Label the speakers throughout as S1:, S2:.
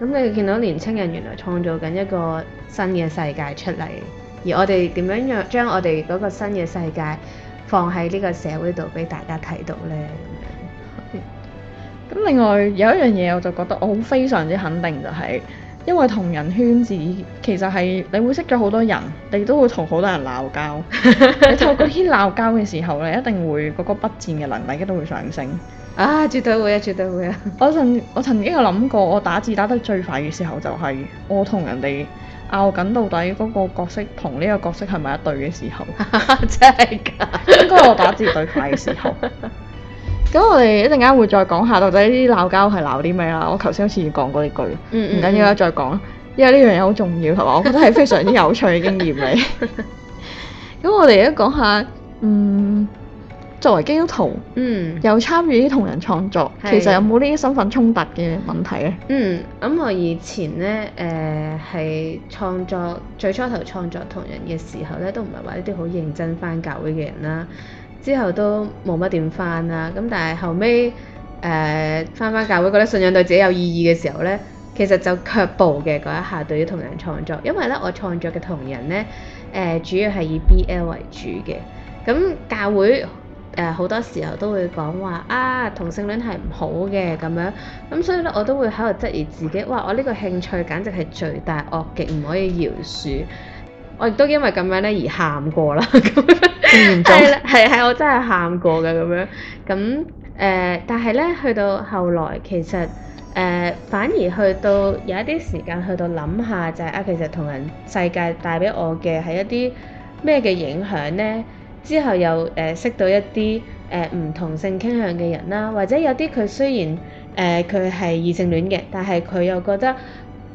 S1: 咁你見到年青人原來創造緊一個新嘅世界出嚟，而我哋點樣讓將我哋嗰個新嘅世界放喺呢個社會度俾大家睇到呢？
S2: 咁另外有一樣嘢我就覺得我好非常之肯定就係、因為同人圈子其實係你會識咗好多人，你都會同好多人鬧交。你透過呢啲鬧交嘅時候，你一定會嗰個筆戰嘅能力一定會上升。
S1: 啊，絕對會啊，絕對會啊！
S2: 我曾我曾經有諗過，我打字打得最快嘅時候就係我同人哋拗緊到底嗰個角色同呢個角色係咪一對嘅時候，
S1: 真係㗎。
S2: 應該係我打字最快嘅時 候。咁我哋一陣間會再講下到底呢啲鬧交係鬧啲咩啦。我頭先好似講過呢句，
S1: 嗯
S2: 唔
S1: 嗯
S2: 緊要啦，再講啦，因為呢樣嘢好重要同埋我 覺得係非常之有趣嘅經驗嚟。 咁我哋而家講下，嗯，作為基督徒
S1: 嗯。
S2: 有參與呢啲同人創作，
S1: 係
S2: 其實有冇呢啲身份衝突嘅問題咧？
S1: 嗯，咁我以前咧，誒、係創作最初頭創作同人嘅時候咧，都唔係話一啲好認真返教會嘅人啦。之後都冇乜點返啦，咁但係後尾誒返返教會覺得信仰對自己有意義嘅時候咧，其實就卻步嘅嗰一下對於同人創作，因為咧我創作嘅同人咧，誒、呃主要係以 BL 為主嘅，咁教會。誒好、多時候都會講話啊，同性戀係唔好嘅咁樣，咁所以咧我都會喺度質疑自己，哇！我呢個興趣簡直係罪大惡極，唔可以饒恕。我亦都因為咁樣咧而喊過啦， 咁樣
S2: 嚴重
S1: 係啦，係啊係我真係喊過嘅咁樣。咁誒、呃但係咧去到後來其實誒、呃反而去到有一啲時間去到諗下就係、啊，其實同人世界帶俾我嘅係一啲咩嘅影響咧？之後又誒、呃、識到一啲誒唔同性傾向嘅人啦，或者有啲佢雖然誒呃佢係異性戀嘅，但係佢又覺得誒、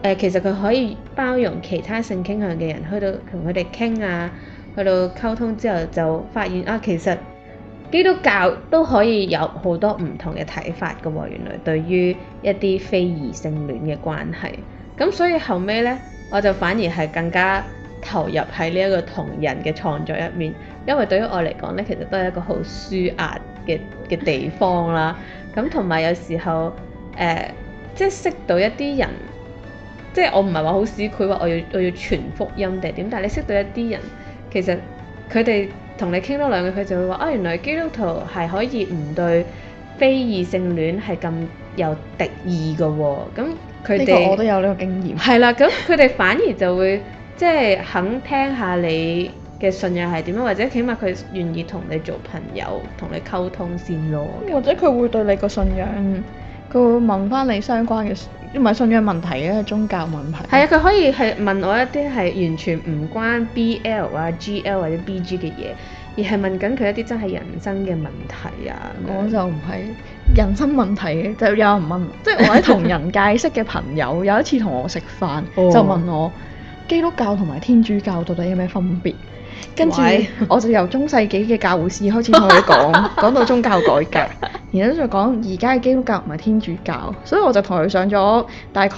S1: 呃其實佢可以包容其他性傾向嘅人，去到同佢哋傾啊，去到溝通之後就發現啊，其實基督教都可以有好多唔同嘅睇法㗎喎，原來對於一啲非異性戀嘅關係，咁所以後尾呢，我就反而係更加投入喺呢一個同人嘅創作入面，因為對於我嚟講呢，其實都係一個好舒壓嘅嘅地方啦。咁同埋有時候誒、呃即係識到一啲人，即係我唔係話好市儈話我要我要傳福音定係點，但係你識到一啲人，其實佢哋同你傾多兩句，佢就會話啊，原來基督徒係可以唔對非異性戀係咁有敵意嘅喎、咁佢
S2: 呢
S1: 哋
S2: 個我都有呢個經驗。
S1: 係啦，咁佢哋反而就會即係肯聽下你嘅信仰係點樣，或者起碼佢願意同你做朋友，同你溝通先咯。
S2: 或者佢會對你個信仰，佢會問翻你相關嘅，唔係信仰問題嘅，係宗教問題。
S1: 係啊，佢可以係問我一啲係完全唔關 BL 啊、GL 或者 BG 嘅嘢，而係問緊佢一啲真係人生嘅問題啊。咁樣
S2: 我就唔係人生問題嘅，就有人 問，即係我喺同人界識嘅朋友，有一次同我食飯，
S1: 哦
S2: 就問我基督教同埋天主教到底有咩分別？跟住
S1: 喂
S2: 我就由中世紀嘅教會史開始同佢 講，講到宗教改革，然後就講而家嘅基督教同埋天主教，所以我就同佢上咗大概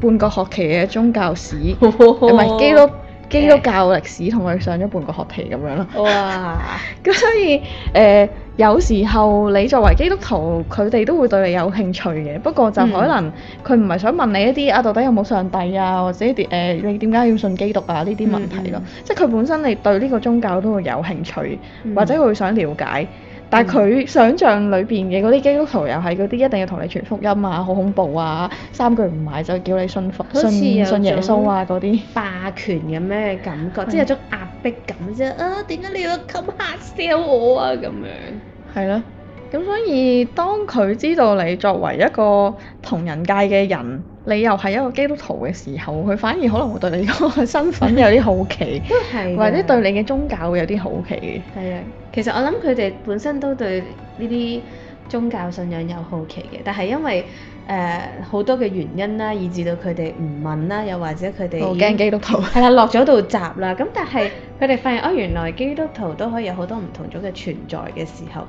S2: 半個學期嘅宗 教史，唔
S1: 哦
S2: 係、基督基督教歷史，同佢上咗半個學期咁樣啦。
S1: 哇，
S2: 咁所以誒、呃有時候你作為基督徒，佢哋都會對你有興趣嘅。不過就
S1: 嗯
S2: 可能佢唔係想問你一啲啊，到底有冇上帝啊，或者誒、呃你點解要信基督啊呢啲問題咯。
S1: 嗯嗯
S2: 即係佢本身你對呢個宗教都會有興趣，
S1: 嗯
S2: 或者佢會想了解。但係佢想像裏邊嘅嗰啲基督徒又係嗰啲一定要同你傳福音啊，好恐怖啊，三句唔埋就叫你信佛、
S1: 好似有
S2: 信信耶穌啊嗰啲。
S1: 霸權咁樣嘅感覺，即係有種壓迫感啫。啊，點解你要咁嚇 sell 我啊？咁樣。
S2: 係咯。咁所以當佢知道你作為一個同人界嘅人，你又係一個基督徒嘅時候，佢反而可能會對你嗰個身份有啲好奇，
S1: 都係㗎，
S2: 或者對你嘅宗教會有啲好奇。
S1: 係啊。其實我諗佢哋本身都對呢啲宗教信仰有好奇嘅，但係因為誒好、多嘅原因啦，以致到佢哋唔問啦，又或者佢哋
S2: 我
S1: 已
S2: 驚
S1: 經
S2: 基督徒。
S1: 係啦落咗道閘啦。咁但係佢哋發現哦，原來基督徒都可以有好多唔同種嘅存在嘅時候，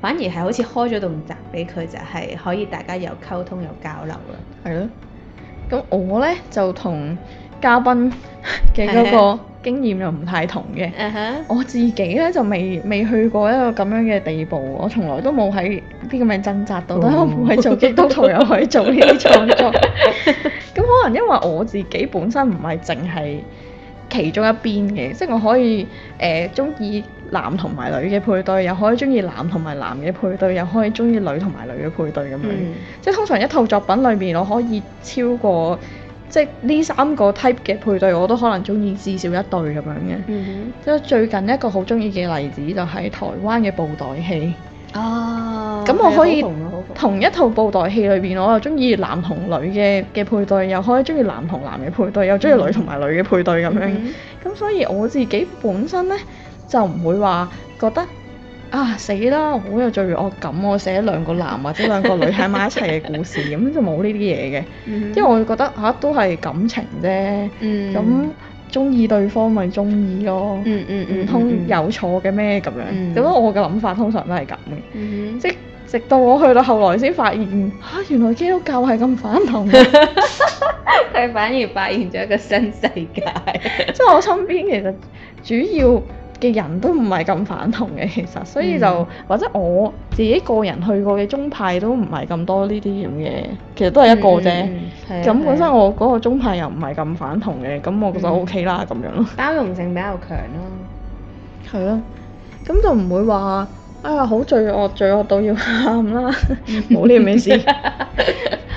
S1: 反而係好似開咗道閘俾佢，就係、可以大家有溝通有交流啦。
S2: 係咯。咁我呢，就同嘉賓嘅嗰個經驗又唔太同嘅。
S1: 啊哈，
S2: 我自己咧就未未去過一個咁樣嘅地步，我從來都冇喺啲咁嘅掙扎度，但係我唔係做基督徒又可以做呢啲創作。咁可能因為我自己本身唔係淨係其中一邊嘅，即係我可以誒中意男同埋女嘅配對，又可以中意男同埋男嘅配對，又可以中意女同埋女嘅配對咁樣。
S1: 嗯
S2: 即係通常一套作品裏面，我可以超過即係呢三個 type 嘅配對，我都可能中意至少一對咁樣嘅。
S1: 嗯
S2: 即係最近一個好中意嘅例子就係台灣嘅布袋戲，
S1: 哼，哦，
S2: 咁我可以
S1: 係啊好紅啊好紅
S2: 同一套布袋戲裏邊，我又中意男同女嘅嘅配對，又可以中意男同男嘅配對，又中意女同埋女嘅配對咁樣。咁、
S1: 嗯
S2: 所以我自己本身呢，就唔會話覺得啊死啦，我好有罪惡感，我寫兩個男或者兩個女喺埋一齊嘅故事，咁就冇呢啲嘢嘅，
S1: 嗯哼
S2: 因為我會覺得嚇、啊都係感情啫，
S1: 嗯
S2: 咁中意對方咪中意咯。
S1: 嗯嗯嗯
S2: 唔通有錯嘅咩咁樣？
S1: 嗯
S2: 咁、我嘅諗法通常都係咁嘅，
S1: 嗯哼
S2: 即直到我去到後來先發現，嚇、原來基督教係咁反同嘅，
S1: 佢反而發現咗一個新世界。
S2: 即係我身邊其實主要嘅人都唔係咁反同嘅，其實所以就、
S1: 嗯
S2: 或者我自己個人去過嘅宗派都唔係咁多呢啲咁嘅，其實都係一個
S1: 嗯
S2: 啫。
S1: 嗯嗯係啊
S2: 咁本
S1: 係
S2: 身
S1: 啊
S2: 我嗰個宗派又唔係咁反同嘅，咁我覺得
S1: 嗯
S2: O K 啦咁樣咯。
S1: 包容性比較強咯。
S2: 係咯，咁就唔會話哎呀好罪惡，罪惡到要喊啦，
S1: 嗯
S2: 冇呢 咁嘅事。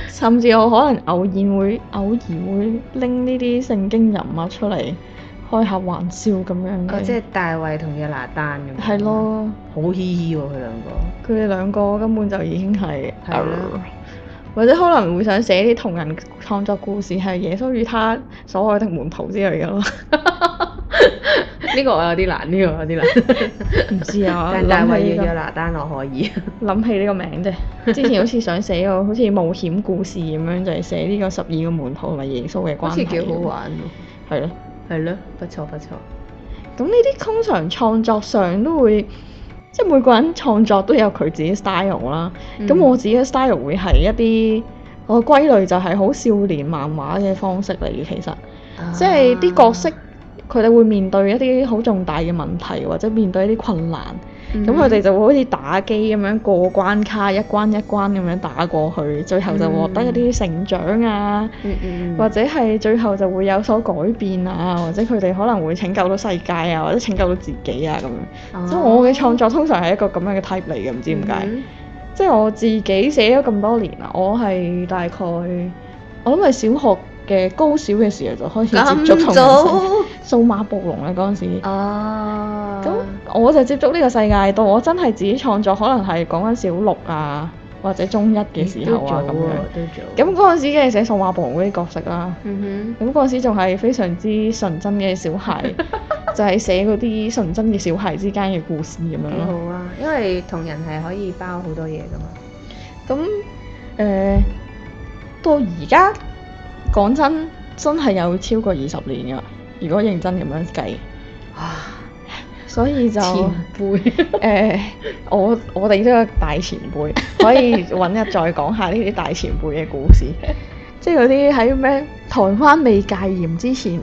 S2: 甚至我可能偶然會偶然會拎呢啲聖經人物出嚟開下玩笑咁樣嘅。
S1: 哦，即係哦大衛同約拿單咁。
S2: 係，咯，
S1: 好嘻嘻喎佢兩個。
S2: 佢哋兩個根本就已經係
S1: 係啦
S2: 或者可能會想寫啲同人創作故事係耶穌與他所愛的門徒之類嘅咯。
S1: 呢個我有啲難，呢、個我有 啲難。
S2: 唔知啊
S1: 但大衛
S2: 諗起
S1: 與
S2: 呢個
S1: 約拿單我可以。
S2: 諗起呢個 名啫，之前好似想寫個 好似冒險故事咁樣，就係寫呢個十二個門徒同埋耶穌嘅關係。
S1: 好似幾好。啊玩喎。
S2: 係咯，
S1: 係咯，不錯不錯。
S2: 咁呢啲通常創作上都會，即係每個人創作都有佢自己 style 啦。咁、
S1: 嗯
S2: 我自己嘅 style 會係一啲我歸類就係好少年漫畫嘅方式嚟嘅，其實。
S1: 啊
S2: 即係啲角色，佢哋會面對一啲好重大嘅問題，或者面對一啲困難，
S1: 嗯
S2: 咁佢哋就會好似打機咁樣過關卡，一關一關咁樣打過去，最後就獲得一啲成長啊，
S1: 嗯嗯，
S2: 或者係最後就會有所改變啊，或者佢哋可能會拯救到世界啊，或者拯救到自己啊咁
S1: Ờ.
S2: 樣。即係、我嘅創作通常係一個咁樣嘅 type 嚟嘅，唔知點解。
S1: 哦嗯
S2: 即係我自己寫咗咁多年啦，我係大概我諗係小學嘅高小嘅時候就開始接
S1: 咁
S2: 觸同人
S1: 早
S2: 世數碼暴龍啊啦嗰陣時。
S1: 哦。
S2: 咁、我就接觸呢個世界到我真係自己創作，可能係講緊小六啊或者中一嘅時候
S1: à,
S2: 啊咁樣。
S1: 都做。
S2: 咁嗰陣時嘅寫數碼暴龍嗰啲角色啦，
S1: 嗯
S2: 咁嗰陣時仲係非常之純真嘅小孩，就係寫嗰啲純真嘅小孩之間嘅故事咁
S1: 哼，
S2: 樣咯。
S1: 幾好啊，因為同人係可以包好多嘢噶嘛。
S2: 咁誒、呃到而家講真，真係有超過二十年㗎。如果認真咁樣計，所以就誒、
S1: 啊輩。
S2: 呃我我哋都係大前輩，可以揾日再講下呢啲大前輩嘅故事，即係嗰啲喺咩台灣未戒嚴之前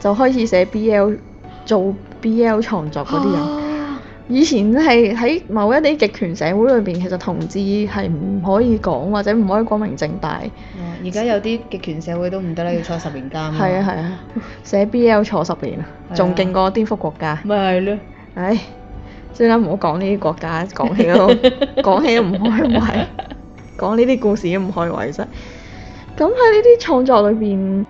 S2: 就開始寫 BL 做 BL 創作嗰啲人。
S1: 啊
S2: 以前係喺某一啲極權社會裏邊，其實同志係唔可以講或者唔可以光明正大，
S1: 哦而家有啲極權社會都唔得啦，要坐十年監啊。
S2: 係啊係啊，寫 BL 坐十年啊
S1: 係啊，
S2: 仲勁過顛覆國家。
S1: 咪係咯。
S2: 唉，算啦，唔好講呢啲國家，講起都講起都唔開胃，講呢啲故事都唔開胃啫。咁喺呢啲創作裏邊，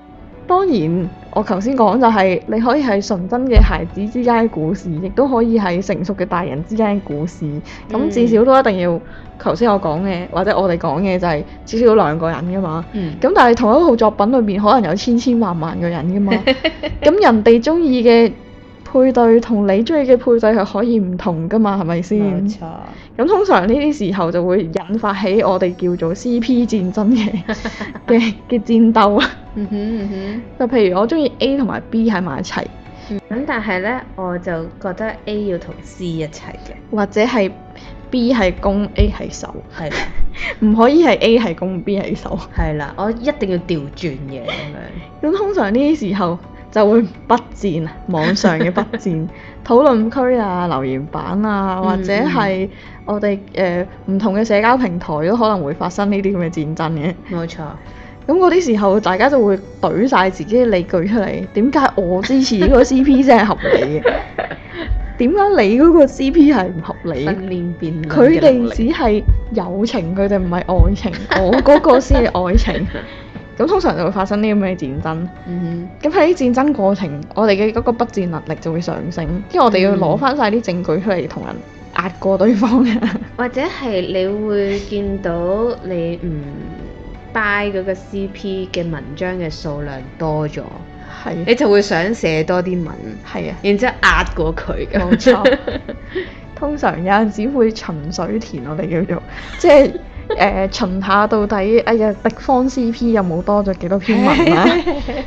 S2: 當然我頭先講就係、你可以係純真嘅孩子之間嘅故事，亦都可以係成熟嘅大人之間嘅故事。咁
S1: 嗯
S2: 至少都一定要頭先我講嘅，或者我哋講嘅就係、至少兩個人噶嘛。
S1: 嗯。
S2: 咁但係同一套作品裏面可能有千千萬萬個人 噶嘛，咁人哋中意嘅配對同你中意嘅配對係可以唔同噶嘛，係咪先？
S1: 冇錯。
S2: 咁通常呢啲時候就會引發起我哋叫做 CP 戰爭嘅 嘅嘅戰鬥啊。
S1: 嗯哼嗯哼。
S2: 就譬如我中意 A 同埋 B 喺埋一齊，
S1: 咁但係咧，我就覺得 A 要同 C 一齊嘅，
S2: 或者係 B 係攻 A 係守，
S1: 係 啦，
S2: 唔可以係 A 係攻 B 係守。
S1: 係啦，我一定要調轉嘅咁樣。
S2: 咁通常呢啲時候就會筆戰啊，網上嘅筆 戰，討論區啊、留言板啊，
S1: 嗯
S2: 或者係我哋誒唔同嘅社交平台都可能會發生呢啲咁嘅戰爭嘅。
S1: 冇錯，
S2: 咁嗰啲時候，大家就會懟晒自己嘅理據出嚟，點解我支持呢 個 CP 先係合理嘅？點解你嗰個 CP 係唔合理嘅
S1: 訓？練辯論
S2: 佢
S1: 嘅能
S2: 哋
S1: 力
S2: 只係友情，佢哋唔係愛情，我嗰個先係愛情。咁通常就會發生呢咁嘅戰爭。
S1: 嗯
S2: 咁喺戰爭過程，我哋嘅嗰個不戰能力就會上升，因為我哋要攞翻晒啲證據出嚟同人壓過對方啊嘅。
S1: 哼，或者係你會見到你唔 buy 嗰個 CP 嘅文章嘅數量多咗，
S2: 係
S1: 你就會想寫多啲文，
S2: 係啊，
S1: 然之後壓過佢咁。
S2: 冇 錯。通常有陣時會巡水田，我哋叫做即係誒、呃巡下到底，哎呀敵方 CP 有冇多咗幾多篇文 啊？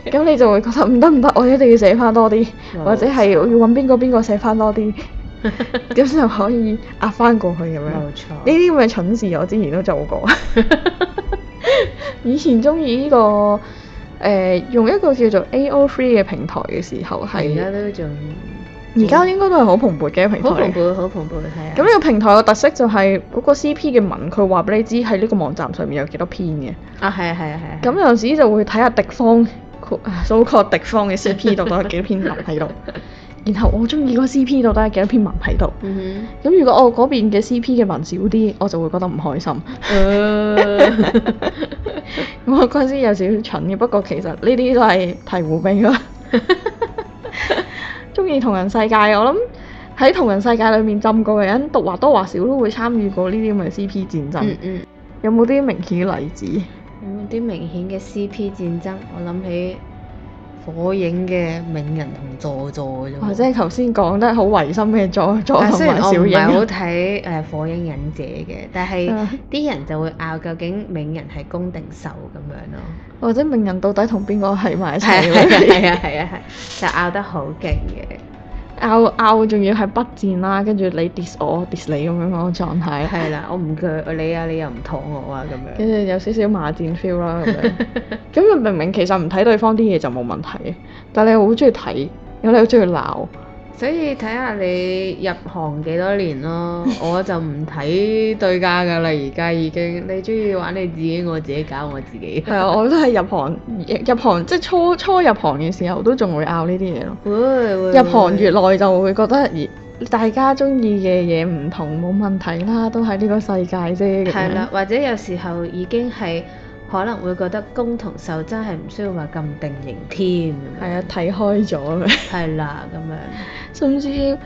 S2: 咁你就會覺得唔得唔得，我一定要寫翻多啲，
S1: 冇
S2: 或者係我要揾邊個邊個寫翻多 啲，咁就可以壓翻過去咁
S1: 冇
S2: 樣。呢
S1: 錯。
S2: 啲咁嘅蠢事我之前都做過， 以前中意呢個誒、呃用一個叫做 AO3 嘅平台嘅時候
S1: 而家
S2: 係，
S1: 都仲
S2: 而家應該都係好蓬勃嘅一個平台
S1: 啊好
S2: 嚟嘅
S1: 蓬。勃，好蓬勃，係啊。
S2: 咁呢個平台嘅特色就係嗰個 CP 嘅文，佢話俾你知喺呢個網站上面有幾多篇嘅。
S1: 啊，係啊，係啊，係啊。
S2: 咁有陣時就會睇下敵方佢啊所確敵方嘅 CP 到底有幾多篇文 喺度，然後我中意嗰個 CP 到底有幾多篇文喺度。
S1: 嗯
S2: 咁如果我嗰邊嘅 CP 嘅文少啲，我就會覺得唔開心。
S1: 哼，呃
S2: 我嗰陣時有少少蠢嘅，不過其實呢啲都係醍醐味 咯。中意同人世界，我諗喺同人世界裏面浸過嘅人，或多或少都會參與過呢啲咁嘅 CP 戰爭。
S1: 嗯嗯。
S2: 有冇啲明顯嘅例子？
S1: 有冇啲明顯嘅 CP 戰爭？我諗起火影嘅鳴人同佐助嘅啫喎。
S2: 或者係頭先講得好違心嘅佐 佐
S1: 但
S2: 同
S1: 雖然
S2: 埋
S1: 我
S2: 小
S1: 哦唔係好
S2: 影，
S1: 睇誒火影忍者嘅，但係
S2: 嗯
S1: 啲人就會拗究竟鳴人係攻定受咁樣咯。
S2: 或者名人到底同邊個喺埋一
S1: 係啊
S2: 齊 嗰啲
S1: 係啊係啊係，就拗得好勁嘅。
S2: 拗拗，仲要係筆戰啦，跟住你 dis 我我 dis 你咁樣嗰個狀態，
S1: 係啦，我唔鋸你啊，你又唔妥我啊咁
S2: 跟
S1: 樣。
S2: 住有少少罵戰 feel 啦咁樣。咁你明明其實唔睇對方啲嘢就冇問題嘅，但係你好中意睇，有你好中意鬧，
S1: 所以睇下你入行幾多年咯， 我就唔睇對家㗎啦，而家已經。你中意玩你自己，我自己搞我自己。
S2: 係啊，我都係入行入行即係初初入行嘅時候都仲會拗呢啲嘢咯。
S1: 會會
S2: 入行
S1: 會
S2: 越耐就會覺得咦大家中意嘅嘢唔同冇問題啦，都喺呢個世界啫。咁樣
S1: 係啦，，或者有時候已經係可能會覺得攻同受真係唔需要話咁定型添。
S2: 係啊，睇開咗咁樣。
S1: 係啦，咁樣。
S2: 甚至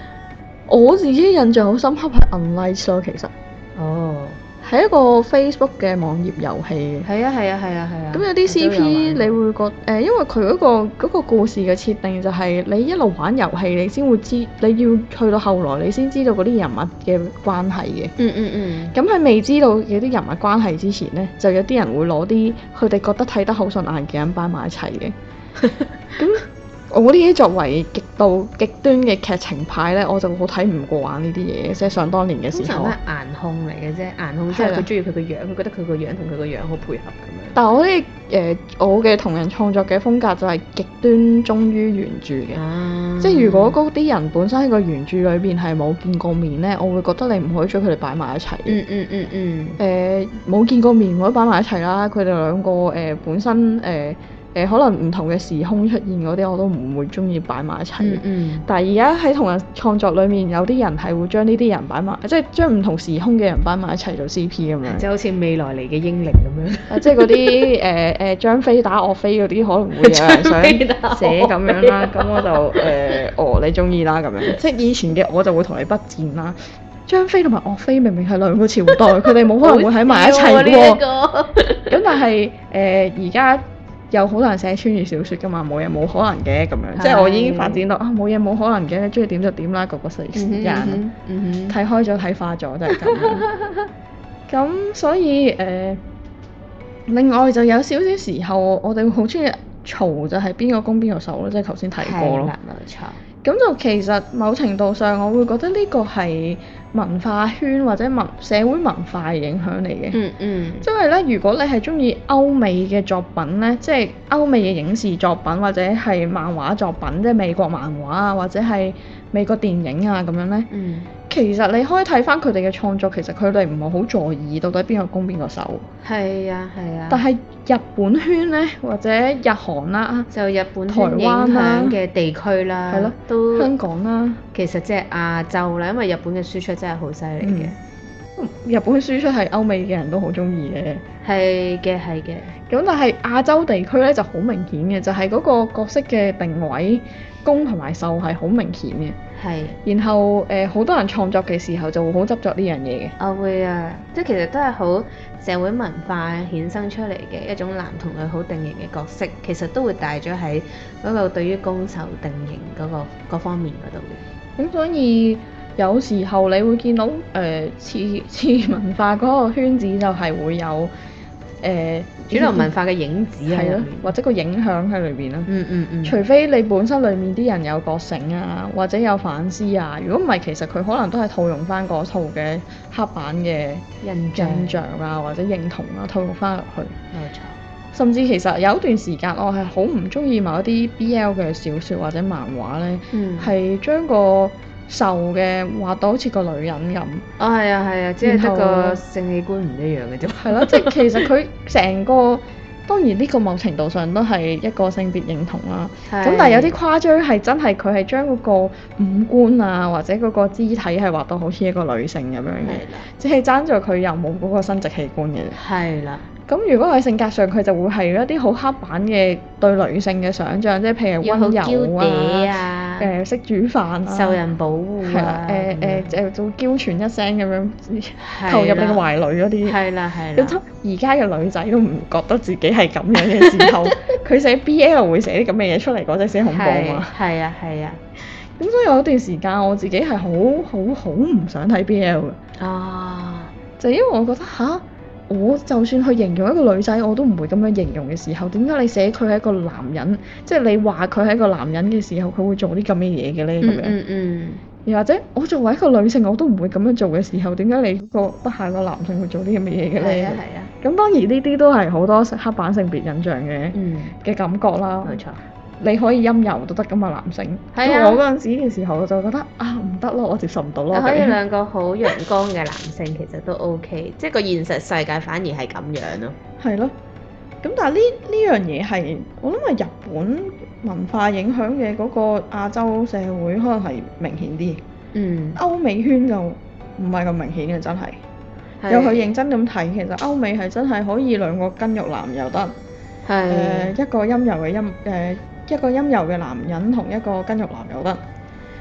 S2: 我自己印象好深刻係 Unlight 咯，其實
S1: 哦，
S2: 係一個 Facebook 嘅網頁遊戲嘅。
S1: 係啊，係啊，係啊，係啊。
S2: 咁有啲
S1: 我都
S2: CP
S1: 玩過
S2: 你會覺誒、因為佢嗰、個嗰個故事嘅設定就係你一路玩遊戲，你先會知，你要去到後來你先知道嗰啲人物嘅關係嘅。
S1: 嗯嗯嗯，
S2: 咁喺未知道有啲人物關係之前呢，就有啲人會攞啲佢哋覺得睇得好順眼嘅人擺埋一齊 嘅。咁我呢啲作為極度極端嘅劇情派呢，我就好睇唔過眼呢啲嘢，即係想當年
S1: 通
S2: 嘅時
S1: 常
S2: 候
S1: 都。係顏控嚟嘅啫，顏控即
S2: 係
S1: 係
S2: 啦
S1: 佢中意佢個樣，佢覺得佢個樣同佢個樣好配合咁樣。
S2: 但我啲誒、我嘅同人創作嘅風格就係極端忠於原著嘅，
S1: 啊
S2: 即係如果嗰啲人本身喺個原著裏邊係冇見過面呢，我會覺得你唔可以將佢哋擺埋一齊。
S1: 嗯嗯嗯嗯，
S2: 誒冇見過面，我都擺埋一齊啦。佢哋兩個誒、呃本身誒誒、呃可能唔同嘅時空出現嗰啲，我都唔會中意擺埋一齊。
S1: 嗯嗯，
S2: 但係而家喺同人創作裏面，有啲人係會將呢啲人擺埋，即係將唔同時空嘅人擺埋一齊做 CP 咁
S1: 即
S2: 樣。
S1: 係好似未來嚟嘅英靈咁樣。
S2: 啊即係嗰 啲誒誒張飛打岳飛嗰啲，可能會有 人
S1: 張飛打
S2: 想寫咁樣 啦。咁我就誒、呃哦，你中意啦咁樣。即係以前嘅我就會同你筆戰啦。張飛同埋岳飛明明係兩個朝代，佢哋冇可能會喺埋一 齊
S1: 好笑喎呢
S2: 嘅喎
S1: 一。個
S2: 咁但係誒而家有好多人寫穿越小説噶嘛，冇嘢冇可能嘅咁樣，即係我已經發展到啊冇嘢冇可能嘅，你中意點就點啦，個個世時間
S1: 嗯哼嗯哼
S2: 睇開咗睇化咗就係咁樣。 咁所以誒、呃另外就有少少時候我哋會好中意嘈就係邊個攻邊個受咯，即係頭先提過
S1: 係
S2: 咯
S1: 啦。冇錯。
S2: 咁就其實某程度上，我會覺得呢個係誒、文化圈或者文社會文化嘅影響嚟嘅。
S1: 嗯嗯，
S2: 因為咧，如果你係中意歐美嘅作品咧，即係歐美嘅影視作品或者係漫畫作品，即係美國漫畫啊，或者係美國電影啊咁樣咧，
S1: 嗯
S2: 其實你可以睇翻佢哋嘅創作，其實佢哋唔係好在意到底邊個攻邊個守。
S1: 係啊係啊。
S2: 但係日本圈咧，或者日韓啦，
S1: 就日本
S2: 台
S1: 圈
S2: 灣
S1: 影響
S2: 啦
S1: 嘅地區啦，
S2: 係咯
S1: 啊都
S2: 香港啦，
S1: 其實即係亞洲啦，因為日本嘅輸出真係好犀利嘅，
S2: 嗯日本輸出係歐美嘅人都好中意嘅。
S1: 係嘅係嘅，
S2: 咁但係亞洲地區咧就好明顯嘅，就係、嗰個角色嘅定位，攻同埋受係好明顯嘅。
S1: 係。
S2: 然後誒，好、多人創作嘅時候就會好執着呢樣嘢嘅。
S1: 我會啊，即係其實都係好社會文化衍生出嚟嘅一種男同女好定型嘅角色，其實都會帶咗喺嗰個對於攻守定型嗰、個嗰方面嗰度嘅。
S2: 咁所以有時候你會見到誒、呃 次次文化嗰個圈子就係會有誒、呃
S1: 主流文化嘅影子喺
S2: 係
S1: 入
S2: 咯
S1: 面，，
S2: 或者個影響喺裏邊啦。
S1: 嗯嗯嗯，
S2: 除非你本身裡面啲人有覺醒啊，或者有反思啊，如果唔係，其實佢可能都係套用翻嗰套嘅黑板嘅
S1: 印象
S2: 印象啊，或者認同啊，套用翻入去。
S1: 冇錯，
S2: 甚至其實有一段時間，我係好唔中意某一啲 BL 嘅小説或者漫畫呢
S1: 嗯
S2: 係將個受嘅畫到好似個女人 咁，
S1: 哦係啊係啊，只係
S2: 然
S1: 得
S2: 後
S1: 個性器官唔一樣嘅啫。
S2: 係咯，即係其實佢成個當然呢個某程度上都係一個性別認同啦。
S1: 係
S2: 咁但係有啲誇張係真係佢係將嗰個五官啊或者嗰個肢體係畫到好似一個女性咁樣嘅，
S1: 係啦
S2: 只係爭在佢又冇嗰個生殖器官嘅啫。
S1: 係啦，
S2: 咁如果佢性格上佢就會係一啲好刻板嘅對女性嘅想像，即係譬如
S1: 要好
S2: 温
S1: 嬌
S2: 柔
S1: 嗲
S2: 啊，
S1: 啊，
S2: 誒識煮飯啊，
S1: 受人保護
S2: 係
S1: 啊
S2: 啦，，誒誒
S1: 咁樣
S2: 誒就嬌喘一聲咁
S1: 係
S2: 樣投入你嘅懷裡嗰啲。
S1: 係啦係
S2: 咁
S1: 啦，
S2: 而家嘅女仔都唔覺得自己係咁樣嘅 時候，佢寫 BL 會寫啲咁嘅嘢出嚟，嗰陣先恐怖
S1: 係
S2: 嘛。
S1: 係啊係啊，
S2: 咁所以我有段時間我自己係好好好唔想睇 BL 嘅。
S1: 啊
S2: 就因為我覺得吓，我就算去形容一個女仔，我都唔會咁樣形容嘅時候，點解你寫佢係一個男人，即係你話佢係一個男人嘅時候，佢會做啲咁嘅嘢嘅咧咁
S1: 嗯
S2: 樣？
S1: 嗯嗯。
S2: 又或者我作為一個女性，我都唔會咁樣做嘅時候，點解你嗰個筆下個男性會做啲咁嘅嘢嘅
S1: 係啊
S2: 咧？
S1: 係啊，
S2: 咁當然呢啲都係好多黑板性別印象嘅
S1: 嗯，
S2: 嘅感覺啦。
S1: 冇錯，
S2: 你可以陰柔都得噶嘛，男性。
S1: 係啊
S2: 咁我嗰陣時嘅時候，我就覺得啊唔得咯，我接受唔到咯。
S1: 可以
S2: 咁樣
S1: 兩個好陽光嘅男性其實都 OK，即係個現實世界反而係咁樣咯。
S2: 係咯，咁但係呢呢樣嘢係我諗係日本文化影響嘅嗰個亞洲社會可能係明顯啲，
S1: 嗯，
S2: 歐美圈就唔係咁明顯嘅真係。有佢認真咁睇，其實歐美係真係可以兩個筋肉男又得，誒、
S1: 係
S2: 一個陰柔嘅陰誒、一個陰柔嘅男人同一個筋肉男又得，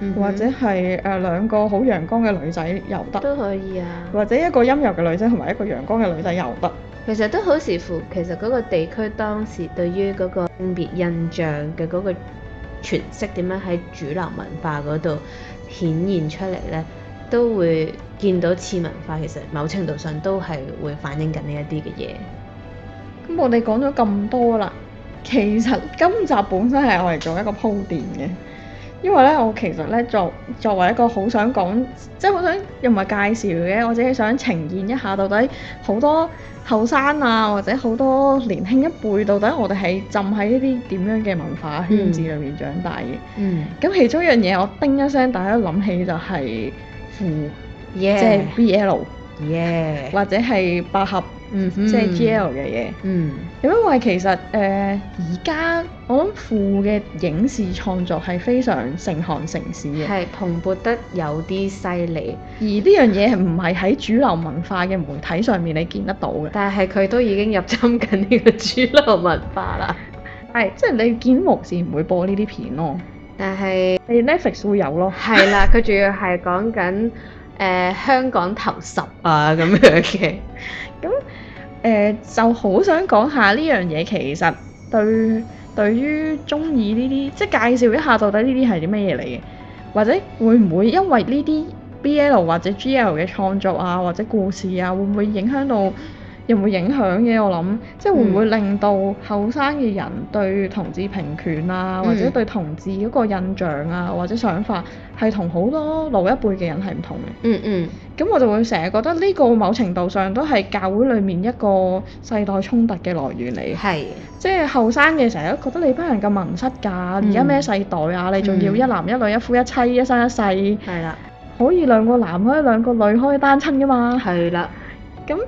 S1: 嗯哼
S2: 或者係誒、兩個好陽光嘅女仔又得，
S1: 都可以啊。
S2: 或者一個陰柔嘅女仔同埋一個陽光嘅女仔又得。
S1: 其實都好視乎其實嗰個地區當時對於嗰個性別印象嘅嗰個詮釋點樣喺主流文化嗰度顯現出嚟咧，都會見到次文化其實某程度上都係會反映緊呢一啲嘅嘢。
S2: 咁我哋講咗咁多啦，其實今集本身係我嚟做一個鋪墊嘅，因為咧我其實咧作作為一個好想講，即係好想又唔係介紹嘅，我自己想呈現一下到底好多後生啊，或者好多年輕一輩到底我哋係浸喺呢啲點樣嘅文化圈子裏面長大嘅。
S1: 嗯
S2: 咁、其中一樣嘢我叮一聲，大家都諗起就係腐，即係
S1: ，yeah，
S2: BL
S1: yeah，
S2: 或者係百合，
S1: 嗯哼
S2: 即係 GL 嘅嘢。
S1: 嗯，
S2: 因為其實誒呃而家我諗腐嘅影視創作係非常成行成市嘅，而
S1: 係蓬勃得有啲犀利，
S2: 呢樣嘢係唔係喺主流文化嘅媒體上面你見得到嘅，
S1: 但係佢都已經入侵緊呢個 主流文化啦。
S2: 係即係你見無線唔會播呢啲片咯，
S1: 但係
S2: 你 Netflix 會有咯，
S1: 係啦，佢仲要係講緊誒香港頭十啊咁樣嘅，
S2: 咁誒、呃就好想講下呢樣嘢其實對對於中意呢啲即係介紹一下到底呢啲係啲咩嘢嚟嘅，或者會唔會因為呢啲 BL 或者 GL 嘅創作啊或者故事啊，會唔會影響到又唔會影響嘅。我諗即係會唔會令到後生嘅人對同志平權啊，或者
S1: 嗯
S2: 對同志嗰個印象啊，或者想法係同好多老一輩嘅人係唔同嘅。
S1: 嗯嗯
S2: 咁我就會成日覺得呢個某程度上都係教會裡面一個世代衝突嘅來源嚟嘅。
S1: 係
S2: 即係後生嘅成日都覺得你班人咁文質㗎，而家咩世代啊？你仲要
S1: 嗯
S2: 一男一女、一夫一妻、一生一世，
S1: 係啦
S2: 可以兩個男可以兩個女可以單親㗎嘛？
S1: 係啦，
S2: 咁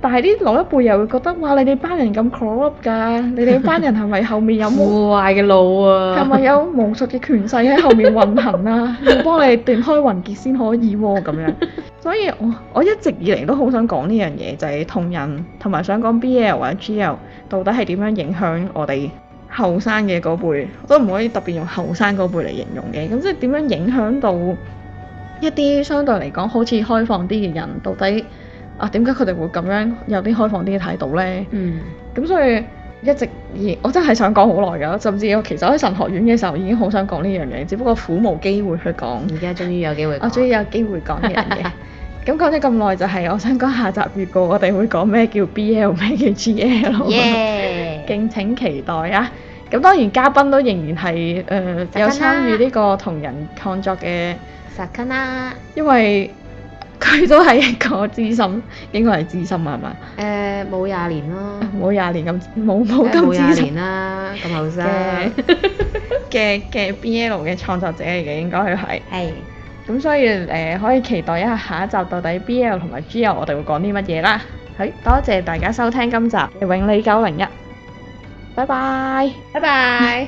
S2: 但係啲老一輩又會覺得哇，你哋班人咁 corrupt 㗎，你哋班人係咪後面有冇？
S1: 腐壞嘅路啊，
S2: 係咪有無術嘅權勢喺後面運行啊？要幫你斷開雲結先可以喎、咁樣。所以我我一直以嚟都好想講呢樣嘢，就係、同人同埋想講 BL 或者 GL 到底係點樣影響我哋後生嘅嗰輩，都唔可以特別用後生嗰輩嚟形容嘅。咁即係點樣影響到一啲相對嚟講好似開放啲嘅人，到底啊點解佢哋會咁樣有啲開放啲嘅態度呢？
S1: 嗯
S2: 咁所以一直而我真係想講好耐㗎，甚至我其實喺神學院嘅時候已經好想講呢樣嘢，只不過苦無機會去講。
S1: 而家終於有機會講，
S2: 我終於有機會講呢樣 嘢。咁講咗咁耐就係、我想講下集預告，我哋會講咩叫 BL，咩叫 GL。
S1: 啊耶，
S2: 敬請期待啊！咁當然嘉賓都仍然係誒、呃
S1: 嘉賓啦
S2: 有參與呢個同人創作嘅，
S1: 薩卡啦，
S2: 因為佢都係一個資深，應該係資深啊係嘛？
S1: 誒冇廿年 咯，
S2: 冇廿年咁，冇冇
S1: 嗯梗係
S2: 咁
S1: 冇
S2: 資
S1: 廿
S2: 深
S1: 年。啦，咁後生，
S2: 嘅 嘅嘅 BL 嘅創作者嚟嘅，應該佢係。
S1: 係
S2: 咁所以誒、呃可以期待一下下一集到底 BL 同埋 GL 我哋會講啲乜嘢啦。係，多謝大家收聽今集嘅永利九零一，拜拜。
S1: 拜拜。